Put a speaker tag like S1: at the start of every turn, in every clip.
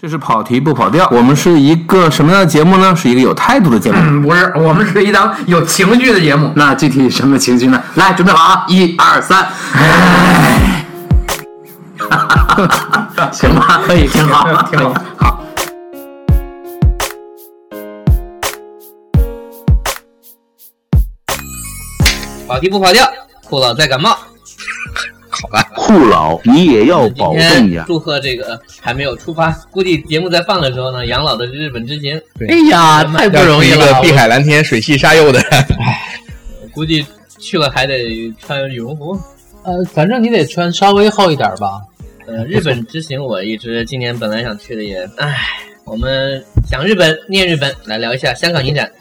S1: 这是跑题不跑调，我们是一个什么样的节目呢？是一个有态度的节目。
S2: 嗯，不是，我们是一档有情绪的节目。
S1: 那具体什么情绪 呢？来，准备好啊！一二三，行吧，可以，挺好，
S2: 挺好
S1: 可以好。
S3: 跑题不跑调，酷老在感冒。
S4: 酷老，你也要保
S3: 今
S4: 重
S3: 天
S4: 呀！
S3: 祝贺这个还没有出发，估计节目在放的时候呢，养老的日本之行，
S5: 哎呀，太不容易
S6: 要是一
S5: 了
S6: 个！碧海蓝天、水系沙 幼的，
S3: 哎估计去了还得穿羽绒服。
S5: 呃，反正你得穿稍微厚一点吧。
S3: 呃，日本之行我一直今年本来想去的也，唉，我们想日本念日本，来聊一下香港影展。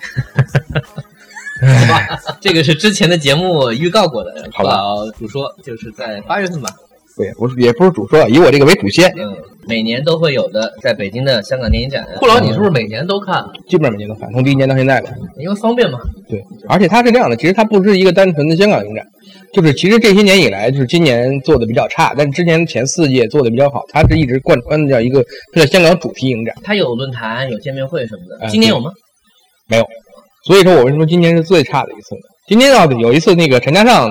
S3: 好吧，这个是之前的节目预告过的，
S6: 好吧
S3: 老主说就是在八月份吧，
S6: 对，我也不是主说，以我这个为主线，
S3: 嗯，每年都会有的，在北京的香港电影展。啊
S5: 库老，你是不是每年都看？
S6: 基本上每年都看，从第一年到现在的。
S3: 因为方便嘛？
S6: 对，而且它是这样的，其实它不是一个单纯的香港影展，就是其实这些年以来，就是今年做的比较差，但是之前前四届做的比较好，它是一直贯穿的叫一个它叫香港主题影展。
S3: 它有论坛，有见面会什么的。
S5: 啊
S6: 哎
S3: 今年有吗？
S6: 所以说我为什么今年是最差的一次呢？今天要有一次那个陈嘉上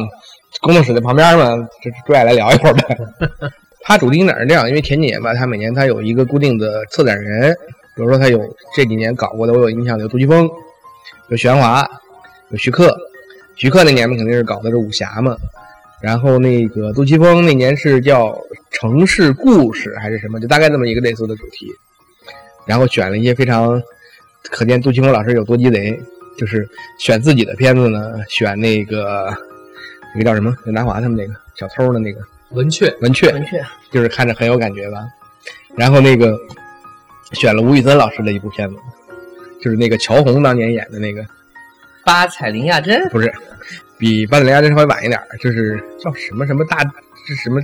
S6: 工作室在旁边嘛，就就拽来聊一会儿呗。他主题影展是这样，因为前几年吧，他每年他有一个固定的策展人，比如说他有这几年搞过的，我有印象的有杜琪峰，有许鞍华，有徐克，徐克那年嘛肯定是搞的是武侠嘛，然后那个杜琪峰那年是叫城市故事还是什么，就大概这么一个类似的主题，然后选了一些非常，呃可见杜琪峰老师有多鸡贼，就是选自己的片子呢，选那个那个叫什么？刘南华他们那个小偷的那个
S5: 文雀，
S6: 文雀，
S3: 文雀。
S6: 就是看着很有感觉吧。然后那个选了吴宇森老师的一部片子，就是那个乔红当年演的那个，
S3: 八彩铃亚珍，
S6: 不是比《巴德雷亚》稍微晚一点儿，就是叫什么什么大，是什么，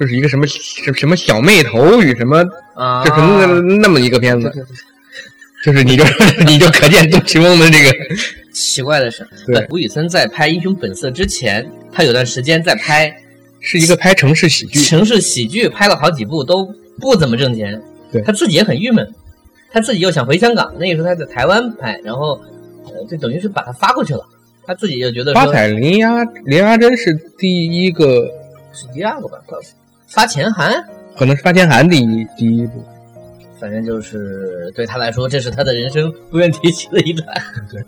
S6: 就是一个什么什什么小妹头与什么，
S3: 啊，
S6: 就是那那么一个片子。就是你就 你就可见杜琪峰的这个
S3: 奇怪的是，
S6: 对
S3: 吴宇森在拍《英雄本色》之前，他有段时间在拍
S6: 是一个拍城市喜剧，
S3: 城市喜剧，拍了好几部都不怎么挣钱。
S6: 对
S3: 他自己也很郁闷，他自己又想回香港，那个时候他在台湾拍，然后呃就等于是把他发过去了。他自己就觉得
S6: 八
S3: 说
S6: 彩林压林压珍是第一个，
S3: 是第二个吧，发钱函，
S6: 可能是八千寒第一第一部。
S3: 反正就是对他来说，这是他的人生不愿提起的一段。
S6: 对，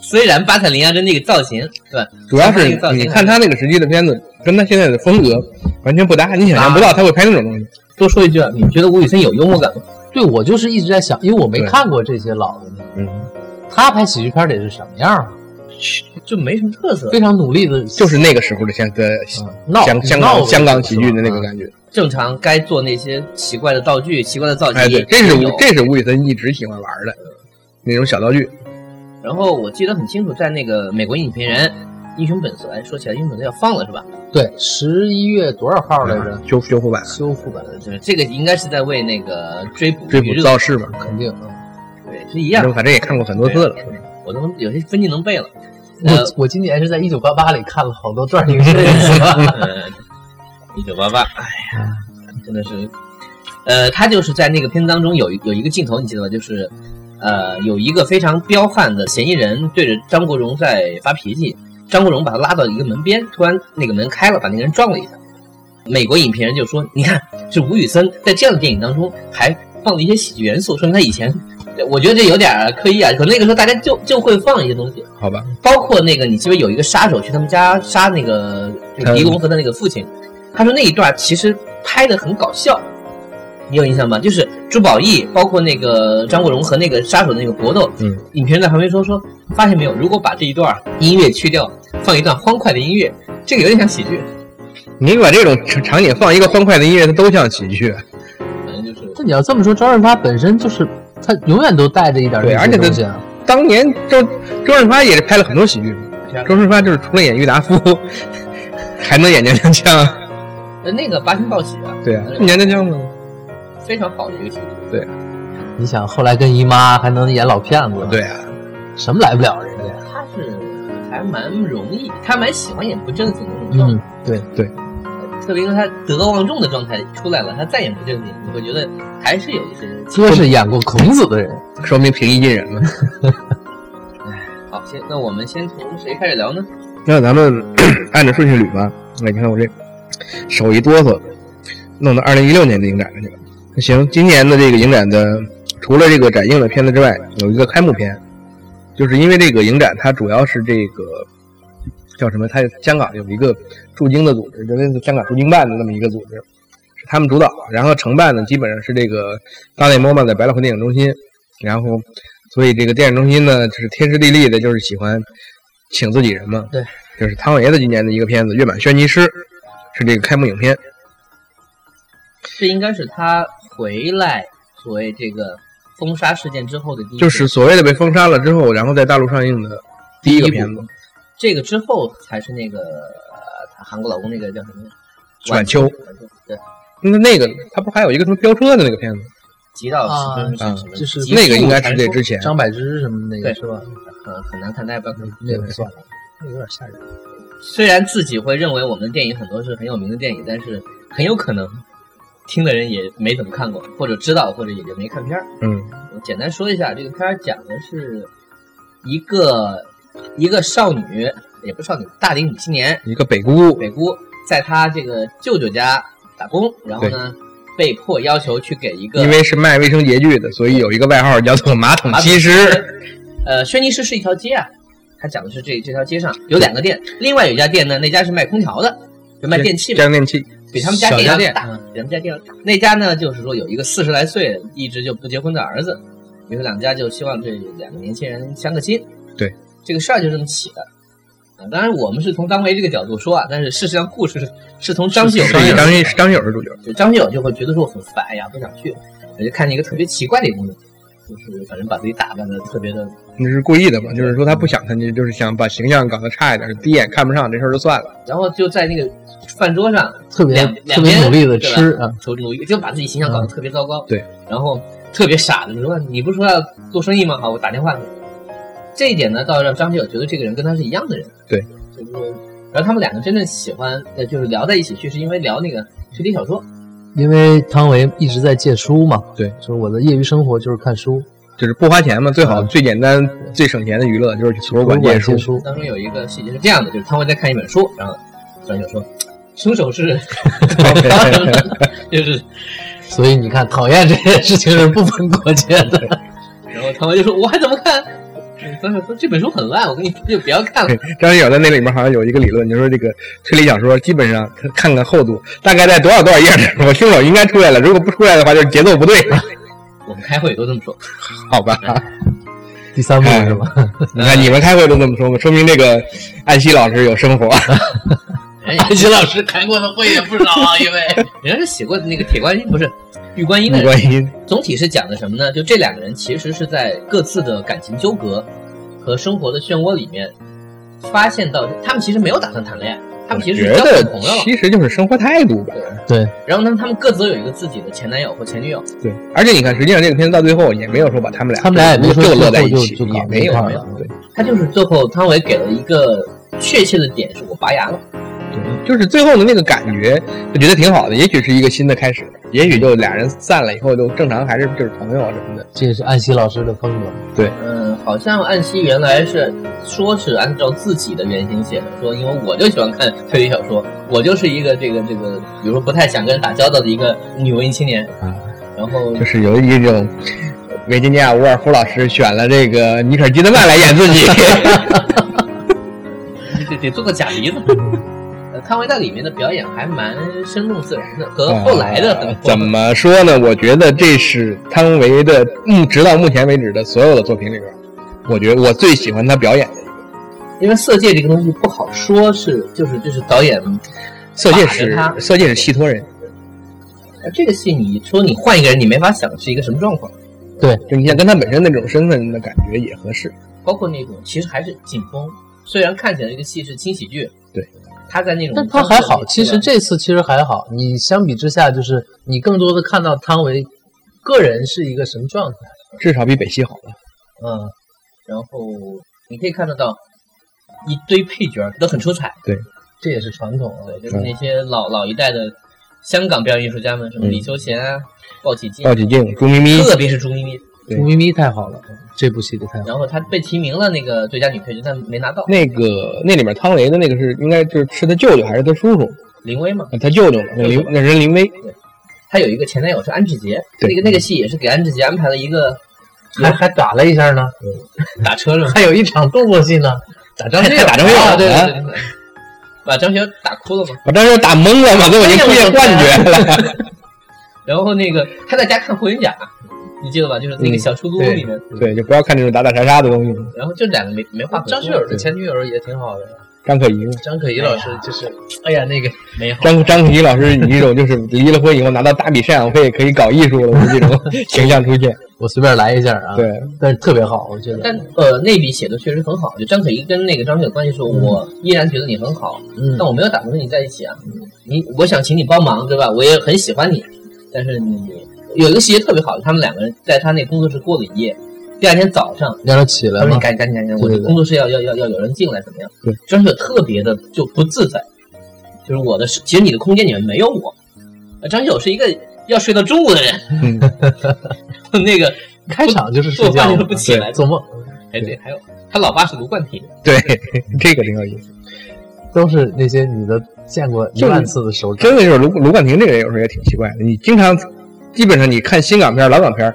S3: 虽然八彩铃芽针这个造型，对吧？
S6: 主要是
S3: 他那个造型
S6: 你看他那个时期的片子，跟他现在的风格完全不搭，你想象不到他会拍那种东西。
S3: 多说一句啊，你觉得吴宇森有幽默感吗？
S5: 对我就是一直在想，因为我没
S6: 对
S5: 看过这些老的那个，
S6: 嗯，
S5: 他拍喜剧片得是什么样啊？
S3: 就没什么特色，
S5: 非常努力的，
S6: 就是那个时候的香的
S5: 嗯闹
S6: 香香
S5: 闹
S6: 港
S5: 的
S6: 香港喜剧的那个
S5: 是吧
S6: 感觉。
S3: 正常该做那些奇怪的道具、奇怪的造型。
S6: 哎，对，这是
S3: 有
S6: 吴这是吴宇森一直喜欢玩的那种小道具。
S3: 然后我记得很清楚，在那个美国影评人《英雄本色》，哎，说起来《英雄本色》要放了是吧？
S5: 嗯对，十一月多少号来着？
S6: 修修复版
S5: 修复版
S3: 呃，就是这个应该是在为那个追捕
S6: 追捕
S3: 与热
S6: 造势嘛，
S5: 肯定。
S3: 对是一
S6: 反
S3: 样
S6: 正，反正也看过很多次了。
S3: 我都有些分镜能背了。呃
S5: 我我今年是在一九八八里看了好多段影视电影
S3: 一九八八，哎呀，真的是，呃，他就是在那个片子当中有一有一个镜头，你记得吗？就是，呃，有一个非常彪悍的嫌疑人对着张国荣在发脾气，张国荣把他拉到一个门边，突然那个门开了，把那个人撞了一下。美国影评人就说：“你看，是吴宇森在这样的电影当中还放了一些喜剧元素，说明他以前，我觉得这有点儿刻意啊。可能那个时候大家就就会放一些东西，
S6: 好吧，
S3: 包括那个，你记不记得有一个杀手去他们家杀那个就是狄龙和他那个父亲？他说那一段其实拍的很搞笑，你有印象吗？就是朱宝意，包括那个张国荣和那个杀手的那个搏斗，
S6: 嗯，
S3: 影评人在旁边说说，发现没有？如果把这一段音乐去掉，放一段欢快的音乐，这个有点像喜剧，
S6: 你把这种场场景放一个欢快的音乐，它都像喜剧。
S3: 反正就是
S5: 那你要这么说，周润发本身就是他永远都带着一点
S6: 对
S5: 这
S6: 而且
S5: 些
S6: 他
S5: 东西啊。
S6: 当年周周润发也是拍了很多喜剧嘛，周润发就是除了演郁达夫， 还能演娘娘腔，
S3: 呃那个《八星报喜》啊，
S6: 对啊，娘娘腔嘛，
S3: 非常好的一个喜剧。
S5: 你想后来跟姨妈还能演老骗子，，
S6: 对啊，
S5: 什么来不了人家。
S3: 他
S5: 嗯
S3: 是还蛮容易，他蛮喜欢演不正经的那种。
S5: 嗯，对，
S6: 对，
S3: 特别因为他德高望重的状态出来了，他再演不正经，你会觉得还是有一些。
S5: 哥是演过孔子的人，
S6: 说明平易近人嘛。
S3: 好，先那我们先从谁开始聊呢？
S6: 那咱们 按着顺序捋吧。哎，你看我这手一哆嗦，弄到二零一六年的影展上去了。那行，今年的这个影展的，除了这个展映的片子之外，有一个开幕片，就是因为这个影展它主要是这个叫什么？它香港有一个驻京的组织，就类似香港驻京办的那么一个组织，是他们主导，然后承办呢基本上是这个大内 MOMA 在百老汇电影中心，然后所以这个电影中心呢就是天时地利的，就是喜欢请自己人嘛。
S3: 对，
S6: 就是汤唯的今年的一个片子《月满轩尼诗》，是这个开幕影片。
S3: 这应该是他回来所谓这个封杀事件之后的第一部，
S6: 就是所谓的被封杀了之后，然后在大陆上映的第一个片子《
S3: 这个之后才是那个、呃她韩国老公那个叫什么？
S6: 晚秋
S3: 晚秋，对，
S6: 那那个他不是还有一个什么飙车的那个片子？
S3: 极道
S5: 啊
S3: 什么什么什么，
S5: 就是
S3: 极速
S6: 那个应该是
S3: 传
S6: 这
S3: 说
S6: 之前。
S5: 张柏芝什么那
S3: 对
S5: 个是吧？
S3: 呃很难看，大家不要看。
S5: 那个算了，那有点吓人。
S3: 虽然自己会认为我们的电影很多是很有名的电影，但是很有可能听的人也没怎么看过，或者知道，或者也就没看片儿。
S6: 嗯，
S3: 我简单说一下，这个片儿讲的是一个一个少女，也不是少女，大龄女青年
S6: 一个北姑，
S3: 北姑，在她这个舅舅家打工，然后呢被迫要求去给一个
S6: 因为是卖卫生洁具的，所以有一个外号叫做“马桶
S3: 马桶
S6: 西施
S3: 呃，轩尼诗是一条街啊，它讲的是这这条街上有两个店，另外有一家店呢，那家是卖空调的，就卖电”器的，
S6: 家用电器。
S3: 比他们家
S5: 小
S3: 店嗯要
S5: 家店
S3: 大，比他们家店要大。那家呢，就是说有一个四十来岁一直就不结婚的儿子，于是两家就希望这两个年轻人相个亲。
S6: 对，
S3: 这个事儿就这么起的。啊，当然我们是从张维这个角度说啊，但是事实上故事是是从张学友
S6: 所以
S3: 这个
S6: 张学张学友是主角。
S3: 就张学友就会觉得说我很烦，哎呀不想去，我就看见一个特别奇怪的一个东西，就是反正把自己打扮的特别的
S6: 那是故意的嘛？就是说他不想参加，就是想把形象搞得差一点，第一眼看不上这事儿就算了。
S3: 然后就在那个饭桌上
S5: 特别
S3: 两
S5: 特
S3: 两
S5: 别
S3: 边
S5: 努力的吃啊，
S3: 求努力，就把自己形象搞得特别糟糕。
S6: 嗯对，
S3: 然后特别傻的，你说你不是说要做生意吗？好，我打电话给你。这一点呢，倒让张学友觉得这个人跟他是一样的人。
S6: 对，
S3: 就是说，然后他们两个真正喜欢，呃，就是聊在一起去，是因为聊那个推理小说。
S5: 因为汤唯一直在借书嘛。
S6: 对
S5: 就是我的业余生活就是看书，
S6: 就是不花钱嘛，最
S3: 嗯
S6: 好、最简单、最省钱的娱乐就是去图书
S5: 博物
S6: 馆
S5: 馆
S6: 借书。
S5: 借书。
S3: 当中有一个细节是这样的，就是他会在看一本书，然后张学友说。凶手 是，就是，
S5: 所以你看，讨厌这件事情是不分国界的。
S3: 然后他们就说：“我还怎么看？”张学友说：“这本书很烂，我跟你说就不要看了。”
S6: 张学友在那里面好像有一个理论，就说这个推理小说基本上他看看厚度，大概在多少多少页的时候，凶手应该出来了。如果不出来的话，就是节奏不对，
S3: 我们开会都这么说。
S6: 好吧？
S5: 第三部是吧？
S6: 你看你们开会都这么说嘛，说明这个安西老师有生活。
S3: 人
S5: 安哎琪老师开过的会也不少啊，因为
S3: 人家是写过那个铁观音，不是玉观音的
S6: 没关系，
S3: 总体是讲的什么呢？就这两个人其实是在各自的感情纠葛和生活的漩涡里面，发现到他们其实没有打算谈恋爱，他们其实
S6: 觉
S3: 是交换
S6: 得
S3: 朋友。
S6: 其实就是生活态度吧。
S3: 然后呢，他们各自都有一个自己的前男友或前女友，
S6: 对，而且你看，实际上这个片子到最后也没有说把他们俩，
S5: 他们俩也没说
S6: 就乐在一起，
S5: 最后就就搞
S6: 也没有
S5: 到一块
S6: 没有
S5: 儿了
S6: 对，
S3: 他就是最后汤唯给了一个确切的点，是我拔牙了。
S6: 就是最后的那个感觉，就觉得挺好的。也许是一个新的开始，也许就俩人散了以后就正常，还是就是朋友啊什么的。
S5: 这也是安琪老师的风格。
S3: 嗯，好像岸西原来是说是按照自己的原型写的，说因为我就喜欢看推理小说，我就是一个这个这个，比如说不太想跟人打交道的一个女文艺青年
S6: 啊。
S3: 然后
S6: 就是有一种维吉尼亚·伍尔夫老师选了这个尼可基德曼来演自己，
S3: 得呃得做个假鼻子。呃，汤唯在里面的表演还蛮生动自然的，和后来的很
S6: 呃
S3: 不
S6: 怎么说呢？我觉得这是汤唯的目直到目前为止的所有的作品里边，我觉得我最喜欢他表演的。
S3: 因为《色戒》这个东西不好说是就是就是导演，
S6: 色戒
S3: 打
S6: 是
S3: 着他
S6: 色戒是戏托人，
S3: 呃这个戏你说你换一个人，你没法想是一个什么状况。
S6: 就你想跟他本身那种身份的感觉也合适。
S3: 包括那种其实还是紧绷，虽然看起来这个戏是轻喜剧，
S6: 对，
S3: 他在那种
S5: 但他还好，
S3: 张
S5: 其实这次其实还好。你相比之下，就是你更多的看到汤唯个人是一个什么状态。啊
S6: 至少比北西好吧？
S3: 嗯，然后你可以看得到一堆配角都很出彩，
S6: 对，
S5: 这也是传统啊。
S3: 对，就是那些老老一代的香港表演艺术家们，什么
S6: 嗯
S3: 李修贤啊、鲍起静，
S6: 赵启敬、朱咪咪，
S3: 特别是朱咪咪，
S6: 对
S5: 朱咪咪太好了，这部戏的太好了。
S3: 然后她被提名了那个最佳女配角，但没拿到。
S6: 那个那里面汤唯的那个是应该就是是他舅舅还是他叔叔？
S3: 林薇嘛，
S6: 他舅舅嘛，那林那人林薇，
S3: 她有一个前男友是安志杰，
S6: 对
S3: 那个那个戏也是给安志杰安排了一个
S5: 还还打了一下呢，
S3: 打车嘛，
S5: 还有一场动作戏呢，打张学友，
S6: 打张学友
S5: 啊
S3: 对
S5: 对
S3: 对对对对，把张学友打哭了嘛。
S6: 我当时打懵了嘛，都已经
S3: 哎
S6: 出现幻觉了。
S3: 然后那个他在家看霍元甲，你记得吧？就是那
S5: 嗯
S3: 个小出租屋里面，
S6: 对，就不要看这种打打杀杀的东西。
S3: 然后就两个没没话可说。
S5: 张学友的前女友也挺好的，
S6: 张可颐嘛，
S5: 张可颐老师就是，哎呀那个
S3: 没好，
S6: 张张可贻老师以一种就是离了婚以后拿到大笔赡养费可以搞艺术了这种 形象出现。
S5: 我随便来一下啊，
S6: 对，
S5: 但是特别好，我觉得，
S3: 但呃那笔写的确实很好。就张可颐跟那个张学友关系说，我依然觉得你很好，
S5: 嗯
S3: 但我没有打算跟你在一起啊。你我想请你帮忙，对吧？我也很喜欢你，但是你有一个细节特别好，他们两个人在他那工作室过了一夜，第二天早上。
S5: 让他起来
S3: 他说
S5: 嘛
S3: 你，赶紧赶紧赶紧，我的
S5: 对对对
S3: 工作室要要要要有人进来怎么样？
S6: 对，
S3: 张学友特别的就不自在，就是我的是，其实你的空间里面没有我。呃张学友是一个要睡到中午的人，
S6: 嗯，
S3: 那个
S5: 开场 就是睡
S3: 做
S5: 觉
S3: 饭就是
S5: 嘛，
S3: 不起来，
S5: 做梦
S3: 哎对，还有他老爸是卢冠廷，
S6: 对，这个挺有意思。
S5: 都是那些你都见过一万次的手指，
S6: 真的就是卢卢冠廷这个人有时候也挺奇怪的。你经常，基本上你看新港片、老港片，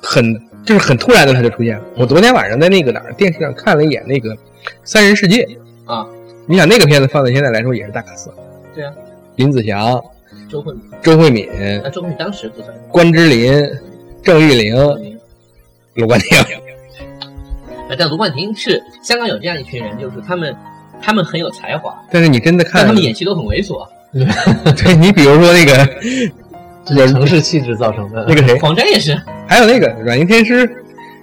S6: 很就是很突然的他就出现了。我昨天晚上在那个哪儿电视上看了一眼那个《三人世界》
S3: 啊，
S6: 你想那个片子放在现在来说也是大卡司，
S3: 对啊，
S6: 林子祥、
S3: 周慧敏，
S6: 周慧敏、
S3: 那周慧敏当时不
S5: 呃
S3: 算
S6: 关之琳、郑裕玲、
S3: 是，
S6: 卢冠廷，
S3: 呃但卢冠廷是香港有这样一群人，就是他们他们很有才华，
S6: 但是你真的
S3: 但
S6: 看
S3: 他，们演戏都很猥琐。
S6: 对你比如说那个
S5: 这是城市气质造成的。
S6: 那个谁，
S3: 黄沾也是，
S6: 还有那个阮经天师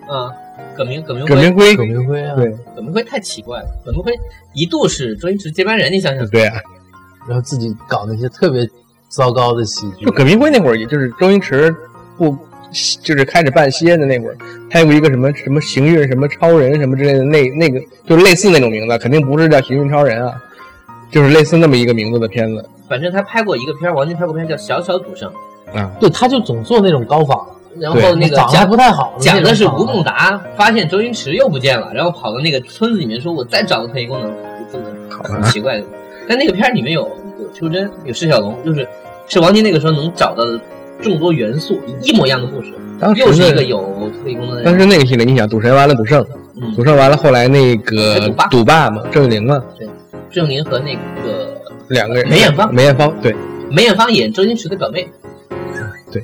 S3: 啊，葛明葛明
S6: 葛
S3: 辉
S6: 明辉
S5: 葛，明辉啊，
S6: 对
S3: 葛明辉太奇怪了，葛明辉一度是周星驰接班人，你想想。
S6: 对啊，
S5: 然后自己搞那些特别糟糕的喜剧
S6: 就，葛明辉那会儿，也就是周星驰不就是开始办吸烟的那会儿，还有一个什么什么行运什么超人什么之类的，那那个就是类似那种名字，肯定不是叫行运超人啊，就是类似那么一个名字的片子
S3: 反正他拍过一个片儿，王晶拍过片儿叫《小小赌圣》，
S6: 啊。
S5: 对，他就总做那种高仿，
S3: 然后那个
S5: 长得
S3: 讲
S5: 不太好，
S3: 讲的是
S5: 那种
S3: 吴
S5: 仿
S3: 孟达发现周星驰又不见了，然后跑到那个村子里面说：“我再找个特异功能。”这个很奇怪的。但那个片儿里面有有邱真，有释小龙，就是是王晶那个时候能找到的众多元素，一模一样的故事，
S6: 当时
S3: 又是一个
S6: 那
S3: 有特异功能的
S6: 当
S3: 人。
S6: 时那个系列，你想赌神完了赌圣，
S3: 嗯
S6: 赌，圣完了后来
S3: 还
S6: 那个
S3: 赌霸
S6: 赌霸嘛，郑裕玲嘛，
S3: 郑宁和那个
S6: 两个人
S3: 梅艳芳
S6: 梅艳芳对
S3: 梅艳芳演周星驰的表妹，
S6: 对，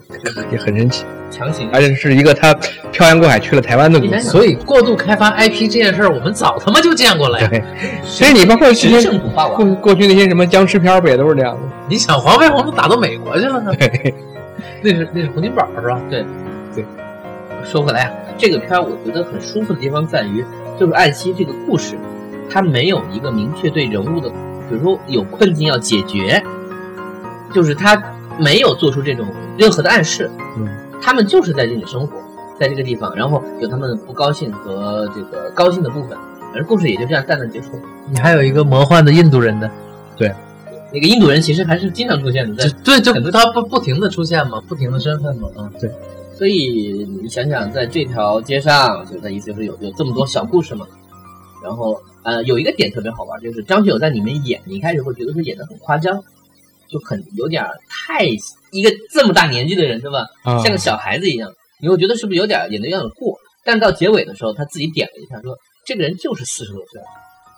S6: 也很神奇，
S3: 强行
S6: 而且是一个他漂洋过海去了台湾的故
S3: 你想
S6: 事。
S3: 想
S5: 所以过度开发 IP 这件事儿，我们早他妈就见过了呀。
S6: 对，所以你包括之
S3: 神
S6: 前
S3: 圣捕霸王。
S6: 过过去那些什么僵尸片儿不也都是这样的吗？
S5: 你想黄飞鸿都打到美国去了呢？那是那是洪金宝是吧？
S3: 说回来啊，这个片儿我觉得很舒服的地方在于，就是爱奇艺这个故事，它没有一个明确对人物的，比如说有困境要解决，就是它没有做出这种任何的暗示。
S6: 嗯，
S3: 他们就是在这里生活，在这个地方，然后有他们的不高兴和这个高兴的部分，而故事也就这样淡淡结束。
S5: 你还有一个魔幻的印度人的，
S3: 那个印度人其实还是经常出现的，在
S5: 就对，就他不不停的出现嘛，不停的身份嘛，啊，
S3: 所以你想想，在这条街上，就在意思就是有有这么多小故事嘛。然后呃，有一个点特别好玩，就是张学友在里面演，你一开始会觉得他演的很夸张，就很有点儿太一个这么大年纪的人，对吧？
S6: 啊
S3: 像个小孩子一样，你会觉得是不是有点儿演的有点过？但到结尾的时候，他自己点了一下，说这个人就是四十多岁了，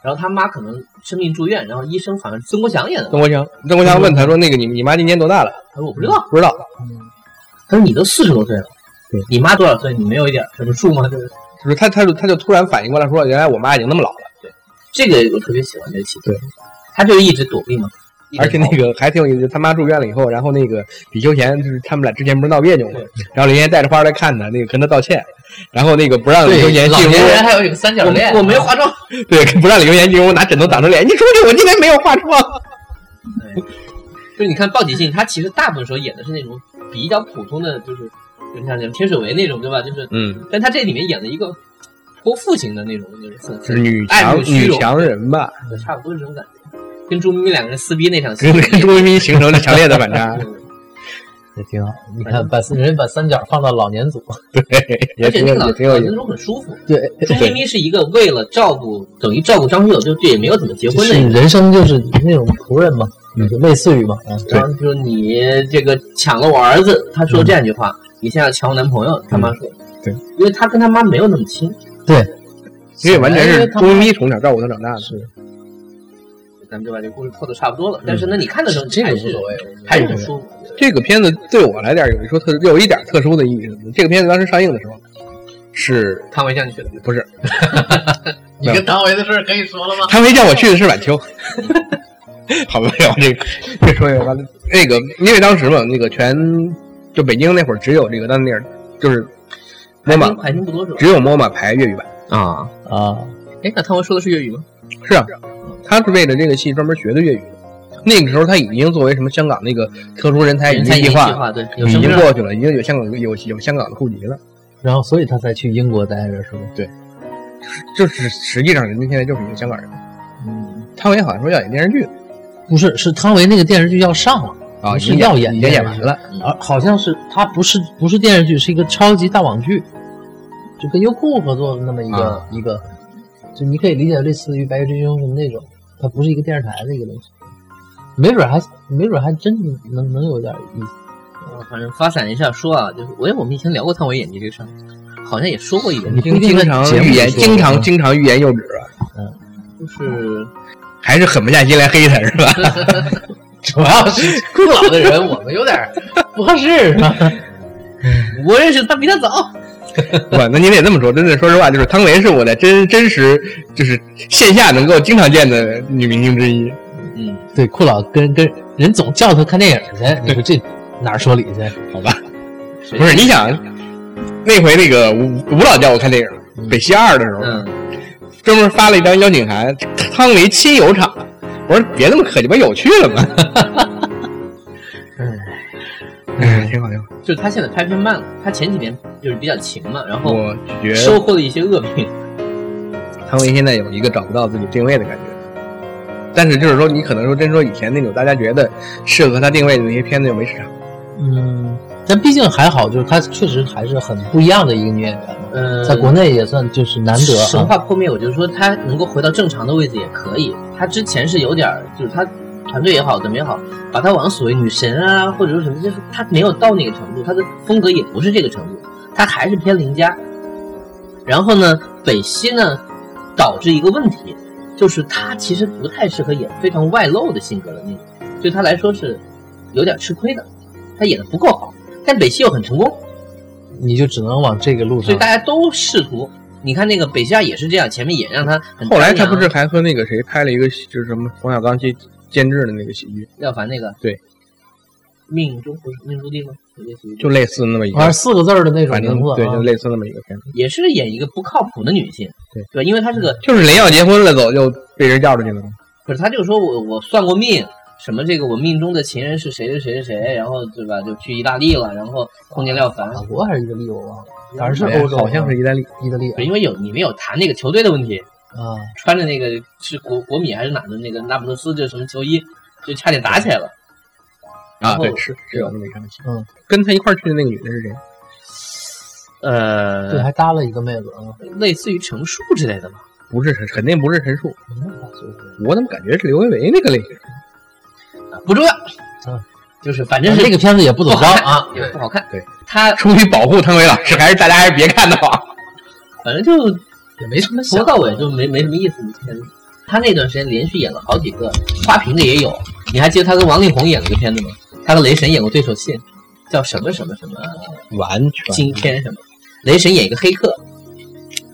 S3: 然后他妈可能生病住院，然后医生好像是曾国祥演的，
S6: 曾国强，曾国强问他说：“那个你你妈今年多大了
S3: 他说我不知道，？”
S6: 不知道，
S3: 他说你都四十多岁了
S6: 对，
S3: 你妈多少岁？你没有一点儿什么数吗？对不对？
S6: 就是他他就他就突然反应过来说：“原来我妈已经那么老了。
S3: 这个我特别喜欢这个情节，
S6: 对
S3: 他就是一直躲避嘛，”
S6: 而且那个还挺有意思，他妈住院了以后，然后那个李修贤就是他们俩之前不是闹别扭嘛，然后林贤带着花来看他，那个跟他道歉，然后那个不让李修贤
S5: 老
S6: 进
S5: 年人
S6: 屋，
S5: 还有一个三角
S3: 我
S5: 恋，
S3: 我没化妆，
S6: 对，不让李修贤进屋，拿枕头挡住脸，你出去，我今天没有化妆。
S3: 就是你看鲍起静，他其实大部分时候演的是那种比较普通的，就是就是像那种天水围那种，对吧？就是，
S6: 嗯，
S3: 但他这里面演了一个泼妇型的那种，就是很
S6: 是女
S3: 爱
S6: 强
S3: 慕虚
S6: 女
S3: 荣
S6: 强人吧？
S3: 差不多是这种感觉。跟朱咪咪两个人撕逼那场戏 嗯
S6: 跟，跟朱咪咪形成了强烈的反差，
S5: 也挺好。你看，把人把三角放到老年组，
S6: 对， 也
S3: 而且啊那
S6: 挺有
S3: 个
S6: 也
S3: 老
S6: 挺有
S3: 老
S6: 意
S3: 年
S6: 思。
S3: 中很舒服。
S5: 对，
S3: 朱咪咪是一个为了照顾，等于照顾张学友，就这也没有怎么结
S5: 就
S3: 婚
S5: 是
S3: 的一个人。
S5: 人生就是那种仆人嘛，就类似于嘛，啊，
S3: 然后说你这个抢了我儿子，他说这样一句话，你现在抢我男朋友，他妈说，
S6: 对，
S3: 因为他跟他妈没有那么亲，
S6: 因为完全
S5: 哎
S6: 是
S5: 他
S6: 朱咪咪从小照顾他长大
S5: 啊
S6: 的，
S3: 咱们就把这故事透的差不多了。但是呢，你看的时候
S5: 这
S3: 还
S5: 个
S3: 嗯是
S5: 无所谓，
S3: 还是很舒服。
S6: 这个片子对我来点有一说特有一点特殊的意义是什么？这个片子当时上映的时候是
S3: 汤唯上去了，
S6: 不是
S5: 你跟唐维的事儿可以说了吗？
S6: 他没叫我去的是晚 秋。好不了，这个越说越完了。那个，因为当时嘛，那个全就北京那会儿只有这个当地儿，就是
S3: 还
S6: 妈妈
S3: 听哎还听不多说。
S6: 只有 MoMA 排粤语版。
S1: 啊，
S5: 啊，
S3: 哎，那汤唯说的是粤语吗？
S6: 是啊，他是为了这个戏专门学的粤语。那个时候他已经作为什么香港那个特殊人才引
S3: 人
S6: 进
S3: 才
S6: 计
S3: 计
S6: 划
S3: 划，对，有
S6: 已
S3: 身份
S6: 经
S3: 证。
S6: 过去了，已经有香港有有香港的户籍了。
S5: 然后所以他才去英国待着是吗？
S6: 就是实际上人家现在就是一个香港人。
S5: 嗯，
S6: 汤唯好像说要演电视剧
S5: 不是，是汤唯那个电视剧要上了，
S6: 啊，
S5: 不是
S6: 已经
S5: 要演
S6: 已经
S5: 电
S6: 演
S5: 视
S6: 完
S5: 剧
S6: 了。
S5: 而好像是他不是不是电视剧，是一个超级大网剧，就跟优酷合作的那么一个、
S1: 啊
S5: 一个，就你可以理解类似于《白夜追凶》什么那种，它不是一个电视台的一个东西，没准还没准还真能能有点意思。
S3: 反正发散一下说啊，就是我我们以前聊过汤唯演技这个事儿，好像也说过一个，
S5: 不一
S6: 经
S5: 定
S6: 经
S5: 在
S6: 常
S5: 节目
S6: 欲言，
S5: 里说
S6: 经常
S5: 嗯
S6: 经常欲言又止啊，
S3: 就是
S6: 还是狠不下心来黑他是 吧？
S5: 主要是更老的人，我们有点不合 适，是吧？
S3: 我认识他比他早，
S6: 哇，那你得这么说，真的，说实话，就是汤唯是我在真真实就是线下能够经常见的女明星之一。
S3: 嗯，
S5: 对，酷老跟跟人总叫他看电影去，你说这哪儿说理去？
S3: 谁
S6: 不
S3: 嗯
S6: 是你想，那回那个吴吴老叫我看电影《北西二》的时候，
S3: 嗯，
S6: 专门发了一张邀请函，汤唯亲友场。我说别那么客气，不是有趣了吗？哎，挺好挺好。
S3: 就是他现在拍片慢了，他前几年就是比较勤嘛，然后
S6: 我觉
S3: 收获了一些恶评，
S6: 汤唯现在有一个找不到自己定位的感觉，但是就是说，你可能说真说以前那种大家觉得适合他定位的那些片子又没市场。
S5: 嗯，但毕竟还好，就是他确实还是很不一样的一个女演员嘛。
S3: 嗯，
S5: 在国内也算就是难得
S3: 神
S5: 啊。
S3: 话破灭，我就是说他能够回到正常的位置也可以。他之前是有点儿，就是他团队也好，怎么也好，把他往所谓女神啊，或者说什么，就是他没有到那个程度，他的风格也不是这个程度，他还是偏邻家。然后呢，北西呢，导致一个问题，就是他其实不太适合演非常外露的性格的那种，对他来说是有点吃亏的，他演的不够好。但北西又很成功，
S5: 你就只能往这个路
S3: 所
S6: 嗯
S5: 上
S3: 以大。家都试图。你看那个北西亚也是这样，前面也让他很
S6: 后来他
S3: 张扬
S6: 不是还和那个谁拍了一个就是什么冯小刚监监制的那个喜剧，
S3: 廖凡那个
S6: 对，
S3: 命中不是命中注定吗？类似于这
S6: 就类似那么一
S5: 反正
S6: 个，
S5: 四个字儿的那种
S6: 反正
S5: 名字
S6: 对，就
S5: 啊，
S6: 类似那么一个片子。
S3: 也是演一个不靠谱的女性，
S6: 对
S3: 对吧？因为她是个，
S6: 就是人要结婚了，走就被人叫出去了。
S3: 可是她就说我我算过命，什么这个我命中的情人是谁谁谁谁谁，然后对吧？就去意大利了，然后碰见廖凡，
S6: 啊
S5: 法国还是意大利，我忘了，反正是欧洲啊，
S6: 好像是意大利。
S5: 意大利
S3: 对因为有你们有谈那个球队的问题，
S5: 啊。
S3: 穿着那个是国国米还是哪的那个那不勒斯这什么球衣，就差点打起来了。然后
S6: 啊对，是是有那么一场戏。
S5: 嗯，
S6: 跟他一块儿去的那个女的是谁？
S5: 对，
S3: 呃，
S5: 还搭了一个妹子啊。
S3: 类似于陈数之类的吧。
S6: 不是陈，肯定不是陈数。
S5: 嗯
S6: 我怎么感觉是刘维维那个类型？
S3: 啊不重要，
S5: 嗯
S3: 就是反正是
S5: 这个片子也不
S3: 不
S5: 怎么
S3: 好看
S5: 着啊，
S3: 也不好看。
S6: 对，
S3: 他
S6: 出于保护汤唯老师，还是大家还是别看的好。
S3: 反正就
S5: 也没什么
S3: 从
S5: 想
S3: 头
S5: 法。
S3: 到尾 就没没什么意思。他那段时间连续演了好几个，花瓶的也有。你还记得他跟王力宏演了一个片子吗？他和雷神演过对手戏，叫什么什么什么
S6: 完
S3: 今天什么？雷神演一个黑客，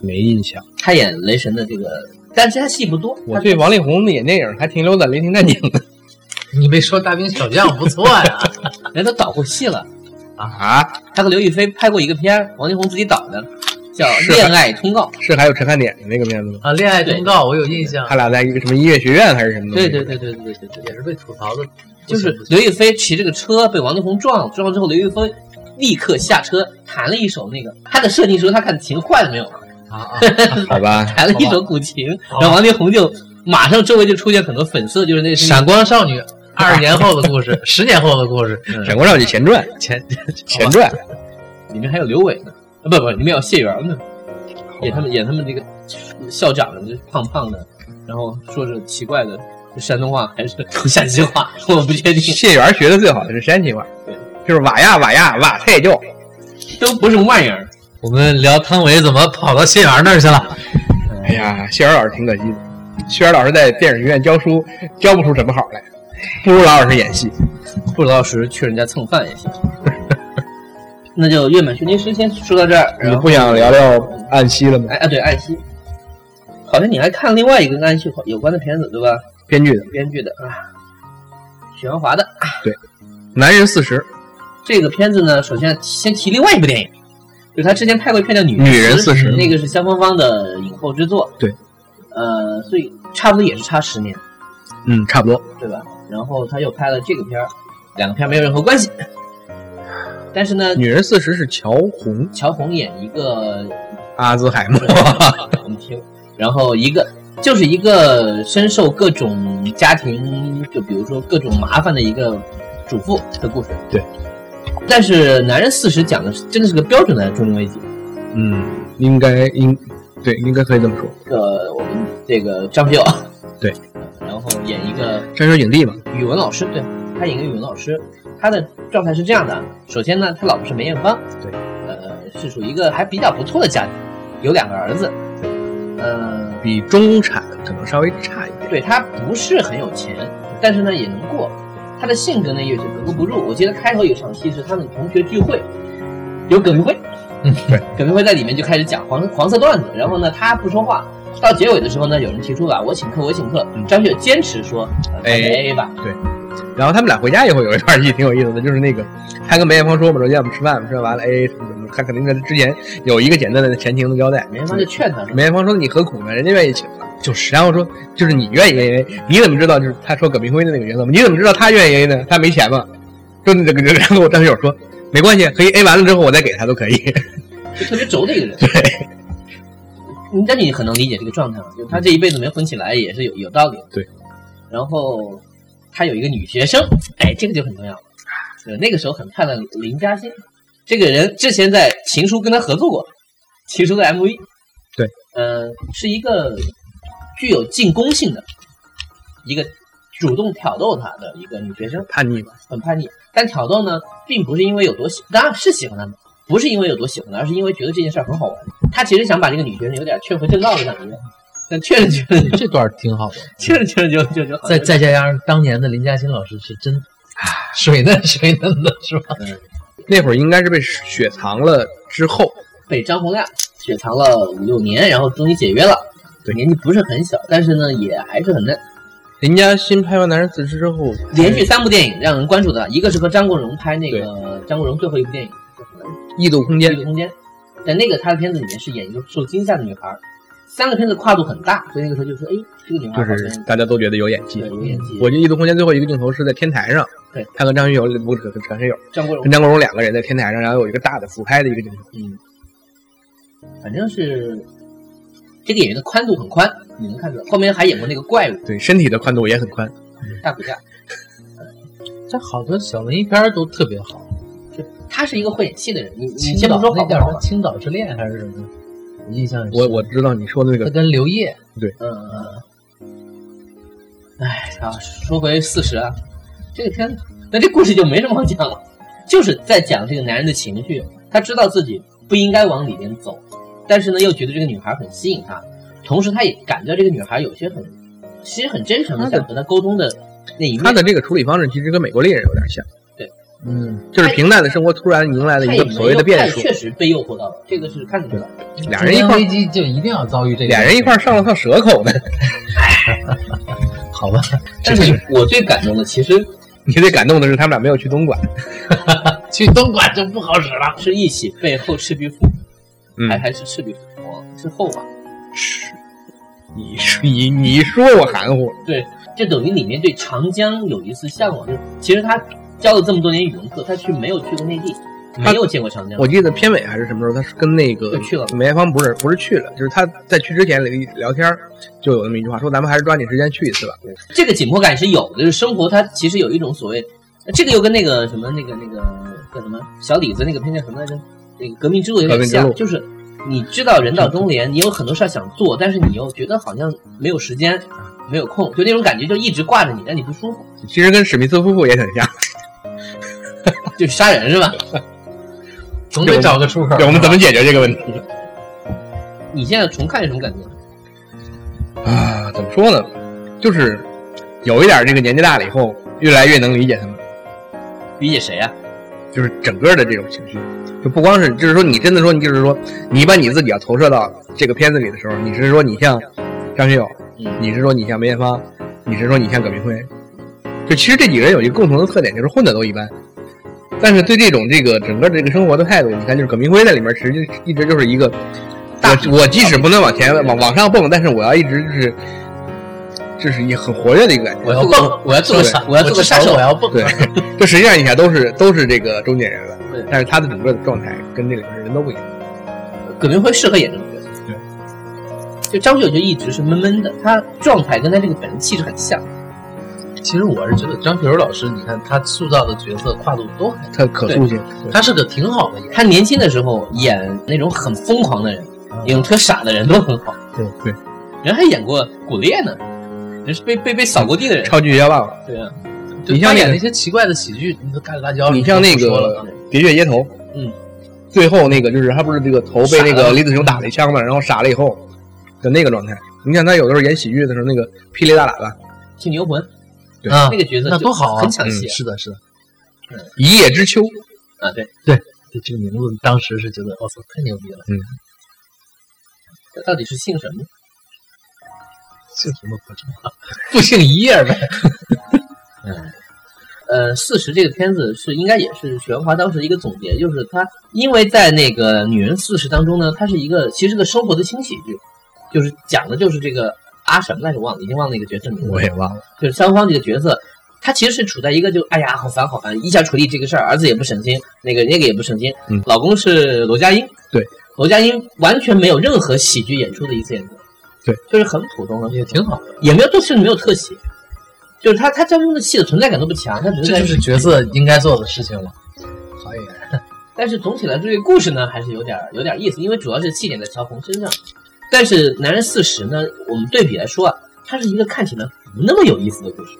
S6: 没印象。
S3: 他演雷神的这个，但是他戏不多。
S6: 我对王力宏的演电影还停留在《雷霆战警》呢。
S5: 你没说大兵小将不错呀，
S3: 人家都导过戏了，
S6: 啊，
S3: 他和刘亦菲拍过一个片儿，王力宏自己导的，叫
S6: 是
S3: 《恋爱通告》。
S6: 是还有陈汉典的那个片子吗？
S5: 啊，恋爱忠告我有印象
S6: 他，俩在一个什么音乐学院还是什么？
S3: 对对。对对对对对。
S5: 也是被吐槽的，
S3: 就是刘亦菲骑这个车被王力宏撞了，撞了之后刘亦菲立刻下车弹了一首那个，她的设定是说她看琴坏了没有，
S5: 啊啊，
S6: 好吧，
S3: 弹了一首古琴，
S5: 哦
S3: 然后王力宏就马上周围就出现很多粉色，就是那
S7: 闪光少 女》二十年后的故事，十年后的故事，
S5: 嗯
S6: 《闪光少女前传》
S7: 前
S6: 前传，
S3: 里面还有刘伟呢，啊不不，里面有谢元呢，演他们演他们这个校长，就是胖胖的，然后说着奇怪的山东话还是陕西话，我不确定，
S6: 谢元学的最好的是山西话
S3: 对，
S6: 就是瓦呀瓦呀瓦菜叫，
S3: 都不是外人。
S7: 我们聊汤唯怎么跑到谢元那儿去了？
S6: 哎呀，谢元老师挺可惜的，谢元老师在电影学院教书，教不出什么好来，不如老老实实演戏。
S3: 不老实去人家蹭饭也行。 那就月满训练师先说到这儿，
S6: 你
S3: 然后
S6: 不想聊聊暗息了吗？
S3: 哎啊对，艾希，好像你还看另外一个跟艾希有关的片子对吧？
S6: 编剧的
S3: 编剧的啊，许鞍华的
S6: 《男人四十》，
S3: 这个片子呢，首先先提另外一部电影，就是他之前拍过一片叫《女
S6: 女人40
S3: 那个是香芳芳的影后之作。
S6: 对，
S3: 呃，所以差不多也是差十年，
S6: 嗯，差不多。
S3: 对吧？然后他又拍了这个片儿，两个片儿没有任何关系。但是呢，
S6: 《女人四十》是乔红、
S3: 乔红演一个
S6: 阿兹海默，
S3: 我们听，然后一个就是一个深受各种家庭，就比如说各种麻烦的一个主妇的故事。
S6: 对，
S3: 但是《男人四十》讲的是真的是个标准的中年危机。
S6: 嗯，应该应对，应该可以这么说。
S3: 呃，我们这个张学友，
S6: 对，
S3: 然后演一个
S6: 山水影帝嘛，
S3: 语文老师，对，他演一个语文老师，他的状态是这样的：首先呢，他老婆是梅艳芳，
S6: 对，
S3: 呃，是属于一个还比较不错的家庭，有两个儿子，对，呃，
S6: 比中产可能稍微差一点。
S3: 对他不是很有钱，但是呢也能过。他的性格呢也是格格不入。我记得开头有场戏是他们同学聚会，有耿于辉，嗯，耿于辉在里面就开始讲黄黄色段子，然后呢他不说话。到结尾的时候呢，有人提出了我请客，我请客。张学友坚持说，呃
S6: 哎
S3: A A 吧，
S6: 然后他们俩回家以后有一段戏挺有意思的，就是那个他跟梅艳芳说嘛，说今天我们吃饭，我们吃饭完了 AA 什么什么，他肯定在之前有一个简单的前情的交代。
S3: 梅艳芳就劝他说，
S6: 梅艳芳说你何苦呢？人家愿意请了，就是。然后说就是你愿意 AA，你怎么知道？就是他说葛明辉的那个角色嘛，你怎么知道他愿意 AA 呢？他没钱嘛。就那个，然后我当时有说没关系，可以 A 完了之后我再给他都可以。
S3: 就特别轴的一个人。对，但你很能理解这个状态嘛，就他这一辈子没混起来也是有有道理的。
S6: 对，
S3: 然后他有一个女学生，哎，这个就很重要了。对，那个时候很看了林嘉欣，这个人之前在情书跟他合作过，情书的 MV。
S6: 对，
S3: 呃，是一个具有进攻性的，一个主动挑逗他的一个女学生。
S6: 叛逆嘛，
S3: 很叛逆。但挑逗呢，并不是因为有多喜，当然是喜欢他们，不是因为有多喜欢他，而是因为觉得这件事儿很好玩。他其实想把这个女学生有点劝回正道的感觉，但劝着劝着，
S7: 这段挺好的。
S3: 劝着劝着就就就好像
S7: 再再加上当年的林嘉欣老师是真
S5: 啊
S7: 水嫩水嫩的，是吧？
S6: 那会儿应该是被雪藏了之后，
S3: 被张洪亮雪藏了五六年，然后终于解约了。
S6: 对
S3: 年纪不是很小，但是呢，也还是很嫩。
S6: 林嘉欣拍完《男人四十》之后，
S3: 连续三部电影让人关注的，一个是和张国荣拍那个张国荣最后一部电影
S6: 异度空
S3: 《
S6: 间
S3: 异度空间》，在那个他的片子里面是演一个受惊吓的女孩儿，三个片子跨度很大，所以那个时候就说，哎，这个女孩
S6: 就
S3: 儿好
S6: 是
S3: 像
S6: 大家都觉得有演技
S3: 对。有演技。
S6: 我记得《异度空间》最后一个镜头是在天台上，
S3: 对，
S6: 他跟张学友不是张学友
S3: 张国荣
S6: 跟，张国荣两个人在天台上，然后有一个大的俯拍的一个镜头。
S3: 嗯，反正是这个演员的宽度很宽，你能看出来。后面还演过那个怪物
S6: 对，身体的宽度也很宽。
S3: 大骨架，
S7: 这好多小文艺片儿都特别好。
S3: 他是一个会演戏的人。你你
S7: 青
S3: 先
S7: 岛
S3: 不说
S7: 那
S3: 好不
S7: 叫什
S3: 好
S7: 么《
S3: 吧，
S7: 青岛之恋》还是什么？我印象很深
S6: 我我知道你说的那
S7: 他
S6: 个，
S7: 跟刘烨
S3: 嗯嗯。嗯哎啊，说回四十啊，这个片子，那这故事就没什么好讲了，就是在讲这个男人的情绪。他知道自己不应该往里面走，但是呢，又觉得这个女孩很吸引他，同时他也感觉这个女孩有些很，其实很真诚的想和他沟通的那一面。
S6: 他的这个处理方式其实跟美国猎人有点像，
S7: 嗯，
S6: 就是平淡的生活突然迎来了
S3: 他
S6: 一
S3: 也
S6: 个
S3: 没
S6: 所谓
S3: 有
S6: 的变
S3: 太
S6: 数。
S3: 确实被诱惑到了，这个是看得出来。
S6: 俩人一块
S7: 中
S6: 儿
S7: 年危机就一定要遭遇这个，
S6: 俩人一块儿上了趟蛇口呢，
S7: 好吧？
S3: 但是我最感动的其实
S6: 你最感动的是他们俩没有去东莞。
S7: 去东莞就不好使了。
S3: 是一起被后赤壁赋，
S6: 嗯
S3: 还还是赤壁赋，哦是后吧？
S6: 你你你说我含糊了，
S3: 这等于里面对长江有一丝向往，就是其实他教了这么多年语文课，他却没有去过内地，没有见过长江。
S6: 我记得片尾还是什么时候，他是跟那个
S3: 就去了
S6: 梅艳芳不是不是去了，就是他在去之前聊聊天儿就有那么一句话，说咱们还是抓紧时间去一次吧。
S3: 这个紧迫感是有的，就是生活它其实有一种所谓，这个又跟那个什么那个那个叫什么小李子那个片叫什么来着？那个革命之路有
S6: 革
S3: 点
S6: 命之
S3: 像
S6: 路，嗯
S3: 就是你知道人到中年，你有很多事儿想做，但是你又觉得好像没有时间，没有空，就那种感觉就一直挂着你，让你不舒服。
S6: 其实跟史密斯夫妇也挺像。
S3: 就是杀人是吧？
S7: 总得找个出口。
S6: 对，我们怎么解决这个问题
S3: 你现在重看是什么感觉？
S6: 啊？怎么说呢？就是有一点这个年纪大了以后，越来越能理解他们，
S3: 理解谁啊？
S6: 就是整个的这种情绪，就不光是，就是说你真的说，你就是说，你把你自己要投射到这个片子里的时候，你是说你像张学友，
S3: 嗯
S6: 你是说你像梅艳芳，你是说你像葛明辉，就其实这几个人有一个共同的特点，就是混的都一般。但是对这种这个整个这个生活的态度，你看，就是葛明辉在里面，其实一直就是一个，我我即使不能往前往往上蹦，但是我要一直就是，就是也很活跃的一个感觉。
S7: 我要蹦，我要做个杀，
S3: 我要做个杀手
S7: 我要蹦。
S6: 对，就实际上你看都是都是这个中年人了啊
S3: 对，
S6: 但是他的整个的状态跟这里面人都不一样。
S3: 葛明辉适合演这种角色。
S6: 对，
S3: 就张学友就一直是闷闷的，他状态跟他这个本人气质很像。
S7: 其实我是觉得张学友老师，你看他塑造的角色跨度都很，
S6: 他可塑性，
S7: 他是个挺好的演员。
S3: 他年轻的时候演那种很疯狂的人，
S7: 啊
S3: 演特傻的人都很好。
S6: 对对，
S3: 人还演过骨裂呢，人是被被被扫过地的人。
S6: 超巨要爸爸，
S3: 对啊，
S7: 就
S6: 你像
S7: 他
S6: 那
S7: 演
S6: 个
S7: 那些奇怪的喜剧，你都干辣
S5: 哦
S7: 椒，
S6: 你像那
S7: 就不说了
S3: 啊
S6: 个《喋血街头》，
S3: 嗯，
S6: 最后那个就是他不是这个头被那
S7: 傻
S6: 个李子雄打了一枪嘛，然后傻了以后的那个状态。你想他有的时候演喜剧的时候，那个霹雳大喇叭，
S3: 听牛魂
S7: 啊
S3: 那，个角色
S7: 那
S3: 就
S7: 多好啊
S3: 很抢戏
S7: 是的，是的，
S6: 一叶知秋，
S3: 啊。对，
S7: 对这个名字当时是觉得，我操，太牛逼了！
S3: 他到底是姓什么？
S7: 姓什么不重要，不姓一叶呗。
S3: 呃，四十这个片子是应该也是许鞍华当时一个总结，就是他因为在那个《女人四十》当中呢，它是一个其实是个生活的轻喜剧，就是讲的就是这个啊什么来着，忘了，已经忘了那个角色名字了。
S6: 忘了，
S3: 就是三方这个角色，他其实是处在一个就哎呀好烦好烦，一下处理这个事儿，儿子也不省心，那个那个也不省心，
S6: 嗯
S3: 老公是罗家英，
S6: 对，
S3: 罗家英完全没有任何喜剧演出的一次演出，
S6: 对，
S3: 就是很普通的，
S7: 也挺好，
S3: 也没有，就是没有特写，就是他他当中的戏的存在感都不强，他只是
S7: 这
S3: 在
S7: 就是角色应该做的事情了。好演员，
S3: 但是总体来说，这个故事呢还是有点儿有点儿意思，因为主要是气点在乔红身上。但是《男人四十》呢，我们对比来说啊，它是一个看起来不那么有意思的故事，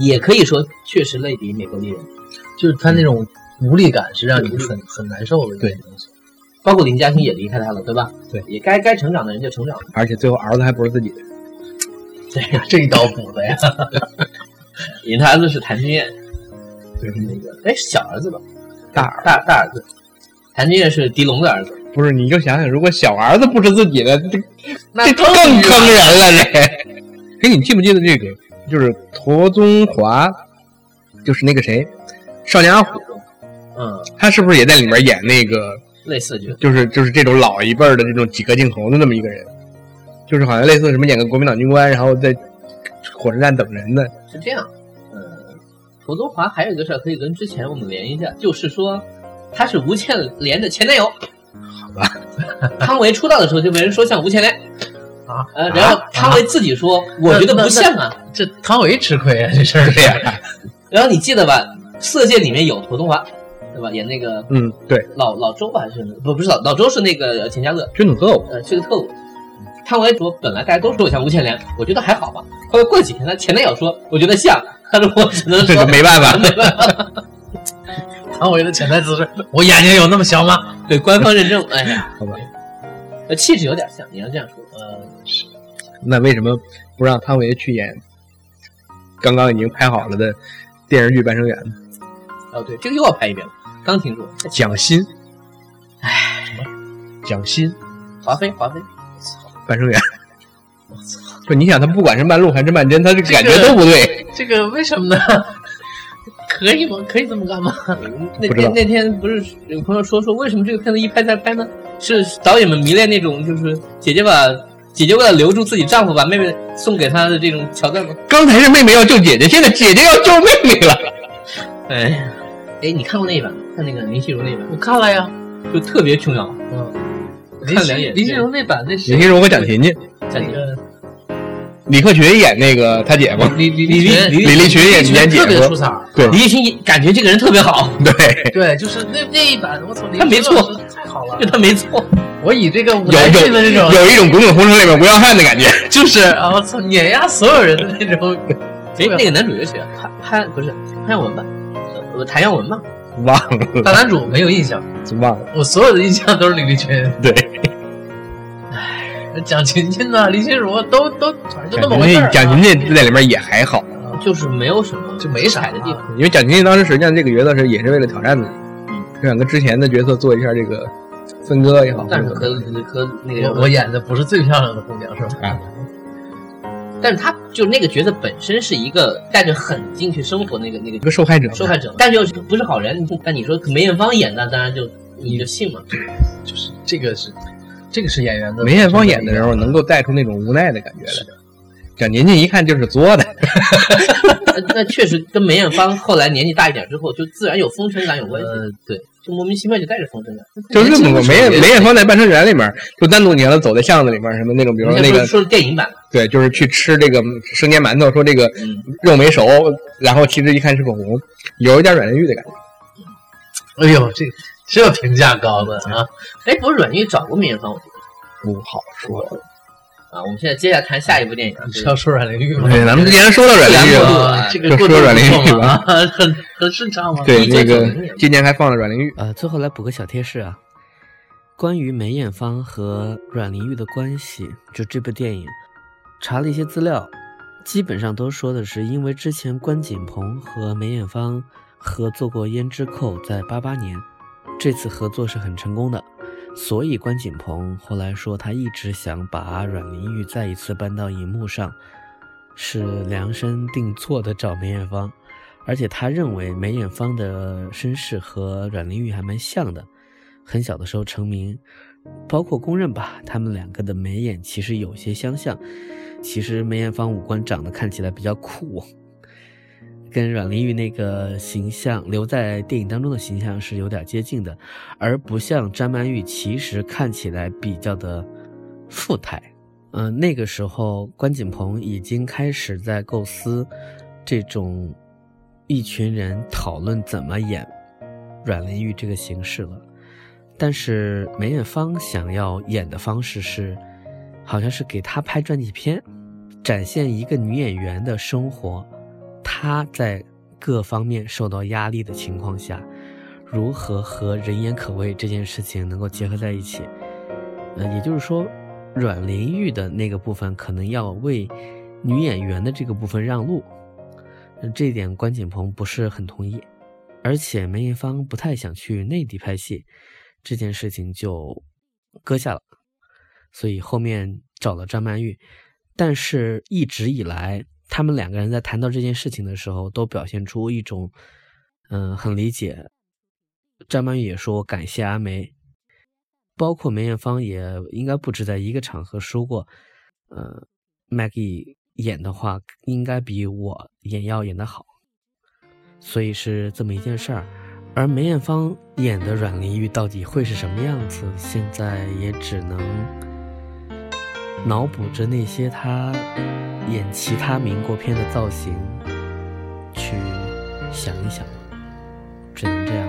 S3: 也可以说确实类比《美国丽人》，
S7: 就是他那种无力感是让你很很难受的一
S6: 对
S7: 个东西。
S3: 包括林嘉欣也离开他了，对吧？
S6: 对，
S3: 也该该成长的人就成长了。
S6: 而且最后儿子还不是自己的，
S7: 这一刀补 的呀，
S3: 因为他儿子是谭俊彦，就是那个哎是小儿子吧，
S6: 大儿
S3: 大大儿子，谭俊彦是狄龙的儿子，
S6: 不是？你就想想，如果小儿子不是自己的，这
S3: 那
S6: 这更坑人了，这。 哎，你记不记得这个？就是陀宗华，就是那个谁，少年阿虎，
S3: 嗯，
S6: 他是不是也在里面演那个，
S3: 类似的角色。
S6: 就是就是这种老一辈儿的这种几个镜头的那么一个人？就是好像类似什么演个国民党军官，然后在火车站等人 的。
S3: 是这样，呃，涂宗华还有一个事儿可以跟之前我们连一下，就是说他是吴倩莲的前男友。好
S6: 吧。
S3: 汤唯出道的时候就被人说像吴倩莲。
S7: 啊。
S3: 呃，然后汤唯自己说，我觉得不像啊。
S7: 这汤唯吃亏啊，这事儿。
S3: 然后你记得吧，《色戒》里面有涂宗华，对吧？演那个
S6: 嗯，对，
S3: 老老周吧，还是不不是老老周是那个呃钱嘉乐，
S6: 军统特 务。
S3: 呃，是个特务。汤唯说，本来大家都说我像吴倩莲，我觉得还好吧。后来过几天，他前男友说，我觉得像，他说我只能
S6: 这
S3: 说
S6: 个没 办法，
S7: 汤唯的潜台词是：我眼睛有那么小吗？
S3: 对，官方认证，哎呀，
S6: 好吧
S3: 呃，气质有点像，你要这样说，
S7: 呃，是
S6: 那为什么不让汤唯去演刚刚已经拍好了的电视剧《半生缘》呢？
S3: 哦，对，这个又要拍一遍了，刚听说，
S6: 蒋欣，哎，蒋欣，
S3: 华妃，华妃，
S6: 半生缘。就你想，他不管是半路还是半真，他这感觉都不对。
S7: 这个为什么呢？ 可以吗？可以这么干吗？
S3: 那
S6: 不
S3: 那
S6: 知道
S3: 那天不是有朋友说说，为什么这个片子一拍再拍呢？是导演们迷恋那种就是姐姐把姐姐为了留住自己丈夫，把妹妹送给她的这种桥段吗？
S6: 刚才是妹妹要救姐姐，现在姐姐要救妹妹了。
S3: 哎，哎，你看过那一版？看那个林心如那一版，
S7: 我看了呀，
S3: 就特别琼瑶，看两眼
S7: 林心如那版那谁？
S6: 林心如和蒋勤勤，
S3: 感觉
S6: 李克群演那个 他姐夫，
S7: 李李李
S3: 李
S6: 李立群演演姐
S7: 特别出
S6: 夫，
S7: 彩儿。
S3: 李立群也感觉这个人特别 好，
S6: 对，
S7: 对，就是那那一版，我操，
S3: 他没错，
S7: 太好了
S3: 就。他没错。
S7: 我以这个舞
S6: 有
S7: 台剧的这种
S6: 有，有一 种《滚滚红尘》里面吴耀汉的感觉，
S7: 就是啊，我操，碾压所有人的那种。
S3: 哎，那个男主角谁啊？潘潘不是潘耀文吧？呃我谭耀文吧？
S6: 忘了
S7: 大男主没有印象，
S6: 忘了，
S7: 我所有的印象都是李立群。
S6: 对，
S7: 蒋勤勤呐，林心如都都反正就那
S6: 蒋
S7: 么回
S6: 勤
S7: 事儿
S6: 勤
S7: 啊。
S6: 蒋勤勤在里面也还好，
S3: 就是没有什么
S7: 就没啥
S3: 彩的地方。
S6: 因为蒋勤勤当时实际上这个角色是也是为了挑战的，
S7: 嗯
S6: 就想跟之前的角色做一下这个分割也好，
S3: 但是
S6: 或
S3: 和
S6: 者
S3: 和那个
S5: 嗯
S7: 我我演的不是最漂亮的姑娘是吧？
S3: 但是他就那个角色本身是一个带着狠劲去生活那个那
S6: 一
S3: 个
S6: 个受害者嘛，
S3: 受害者，但是又不是好人。但你说梅艳芳演的，当然就你就信嘛。
S7: 就是这个是这个是演员的。
S6: 梅艳芳演的时候能够带出那种无奈的感觉来。蒋勤勤一看就是 作的，
S3: 那那确实跟梅艳芳后来年纪大一点之后，就自然有风尘感有关系，
S7: 呃，对，
S3: 就莫名其妙就带着风尘感。
S6: 就是这么个梅艳
S7: 年轻的时候也
S6: 梅艳芳在《半生缘》里面就单独你让她走在巷子里面什么那种，比如说那
S3: 人家
S6: 个
S3: 说说是电影版，
S6: 对，就是去吃这个生煎馒头，说这个
S3: 嗯
S6: 肉没熟，然后其实一看是口红，有一点阮玲玉的感觉。
S7: 哎呦，这这评价高的啊！
S3: 哎，不是阮玉找过梅艳芳，我记
S6: 不好说，
S3: 得啊。我们现在接下来谈下一部电影啊，
S7: 你
S3: 这
S7: 是
S3: 个
S7: 要说阮玲玉吗？
S6: 哎对，咱们之前说到阮玲
S3: 这
S6: 玉
S3: 个
S7: 过渡
S6: 了，
S7: 啊这个
S6: 就
S7: 过
S6: 说
S7: 渡
S6: 阮玲
S7: 不
S6: 玉
S7: 错嘛
S6: 吧，
S7: 啊， 很很顺畅吗？
S3: 你
S6: 对，
S3: 这
S6: 那
S3: 个
S6: 个今年还放了阮玲玉，
S8: 呃，最后来补个小贴士啊，关于梅艳芳和阮玲玉的关系，就这部电影，查了一些资料，基本上都说的是因为之前关锦鹏和梅艳芳合作过《胭脂扣》，在八八年，这次合作是很成功的，所以关锦鹏后来说他一直想把阮玲玉再一次搬到荧幕上，是量身定做的找梅艳芳。而且他认为梅艳芳的身世和阮玲玉还蛮像的，很小的时候成名，包括公认吧，他们两个的眉眼其实有些相像。其实梅艳芳五官长得看起来比较酷，跟阮玲玉那个形象留在电影当中的形象是有点接近的，而不像张曼玉，其实看起来比较的富态。嗯、那个时候关锦鹏已经开始在构思这种一群人讨论怎么演阮玲玉这个形式了。但是梅艳芳想要演的方式是，好像是给她拍传记片，展现一个女演员的生活，她在各方面受到压力的情况下，如何和人言可畏这件事情能够结合在一起。呃，也就是说，阮玲玉的那个部分可能要为女演员的这个部分让路，呃这一点关锦鹏不是很同意，而且梅艳芳不太想去内地拍戏，这件事情就搁下了，所以后面找了张曼玉，但是一直以来，他们两个人在谈到这件事情的时候，都表现出一种，嗯、很理解。张曼玉也说感谢阿梅，包括梅艳芳也应该不止在一个场合说过，呃，Maggie 演的话应该比我演要演的好，所以是这么一件事儿。而梅艳芳演的阮玲玉到底会是什么样子，现在也只能脑补着那些她演其他民国片的造型去想一想了，只能这样。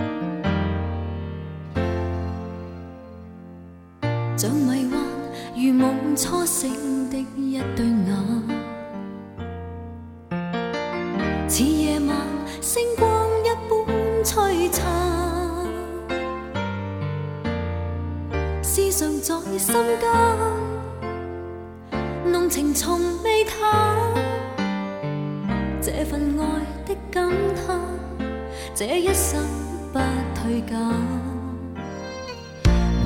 S9: 像迷幻如梦初醒的一对眼，似夜晚星光一般璀璨，思想在心间，浓情从未淡，这份愛的感嘆，這一生不退減。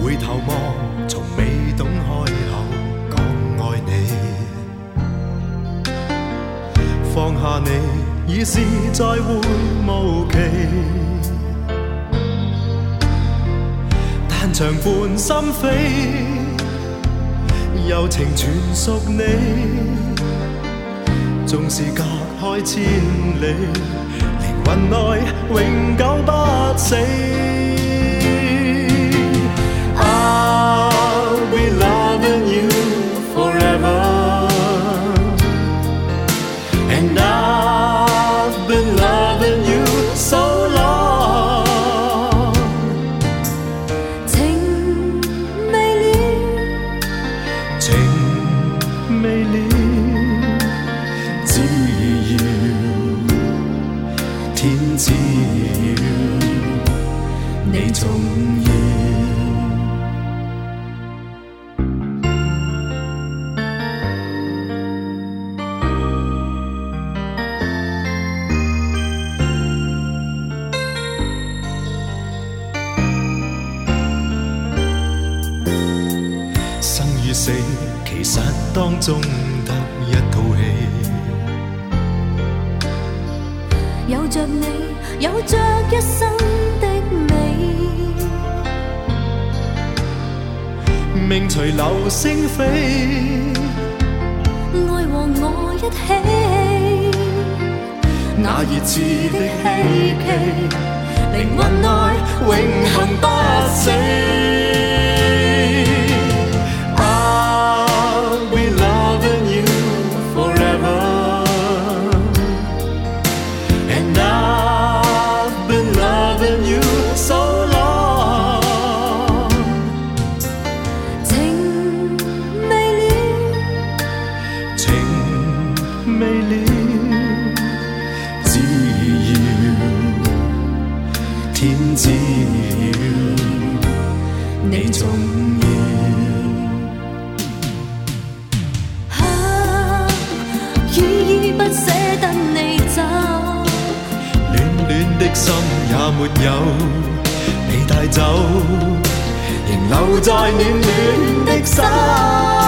S10: 回頭望，從未懂開口講愛你，放下你已是再會無期。但長伴心扉，柔情全屬你，縱是隔開千里，仍云内永久不死。I'll be loving you forever. And I've been loving you so long.
S9: 情未了，
S10: 情未了，只要天只要你重要。生與死，其實當中得一套戲。
S9: 有着你，有着一生的美。
S10: 命隨流星飛，
S9: 爱和我一起，
S10: 那熱熾的希冀，
S9: 靈
S10: 魂內永恆不死。I'll be loving you forever, and I've been loving you so long.
S9: 情未了，
S10: 情未了，只要天只要你重要。
S9: 啊依依不捨得你走，
S10: 暖暖的心也沒有被帶走，仍留在暖暖的手。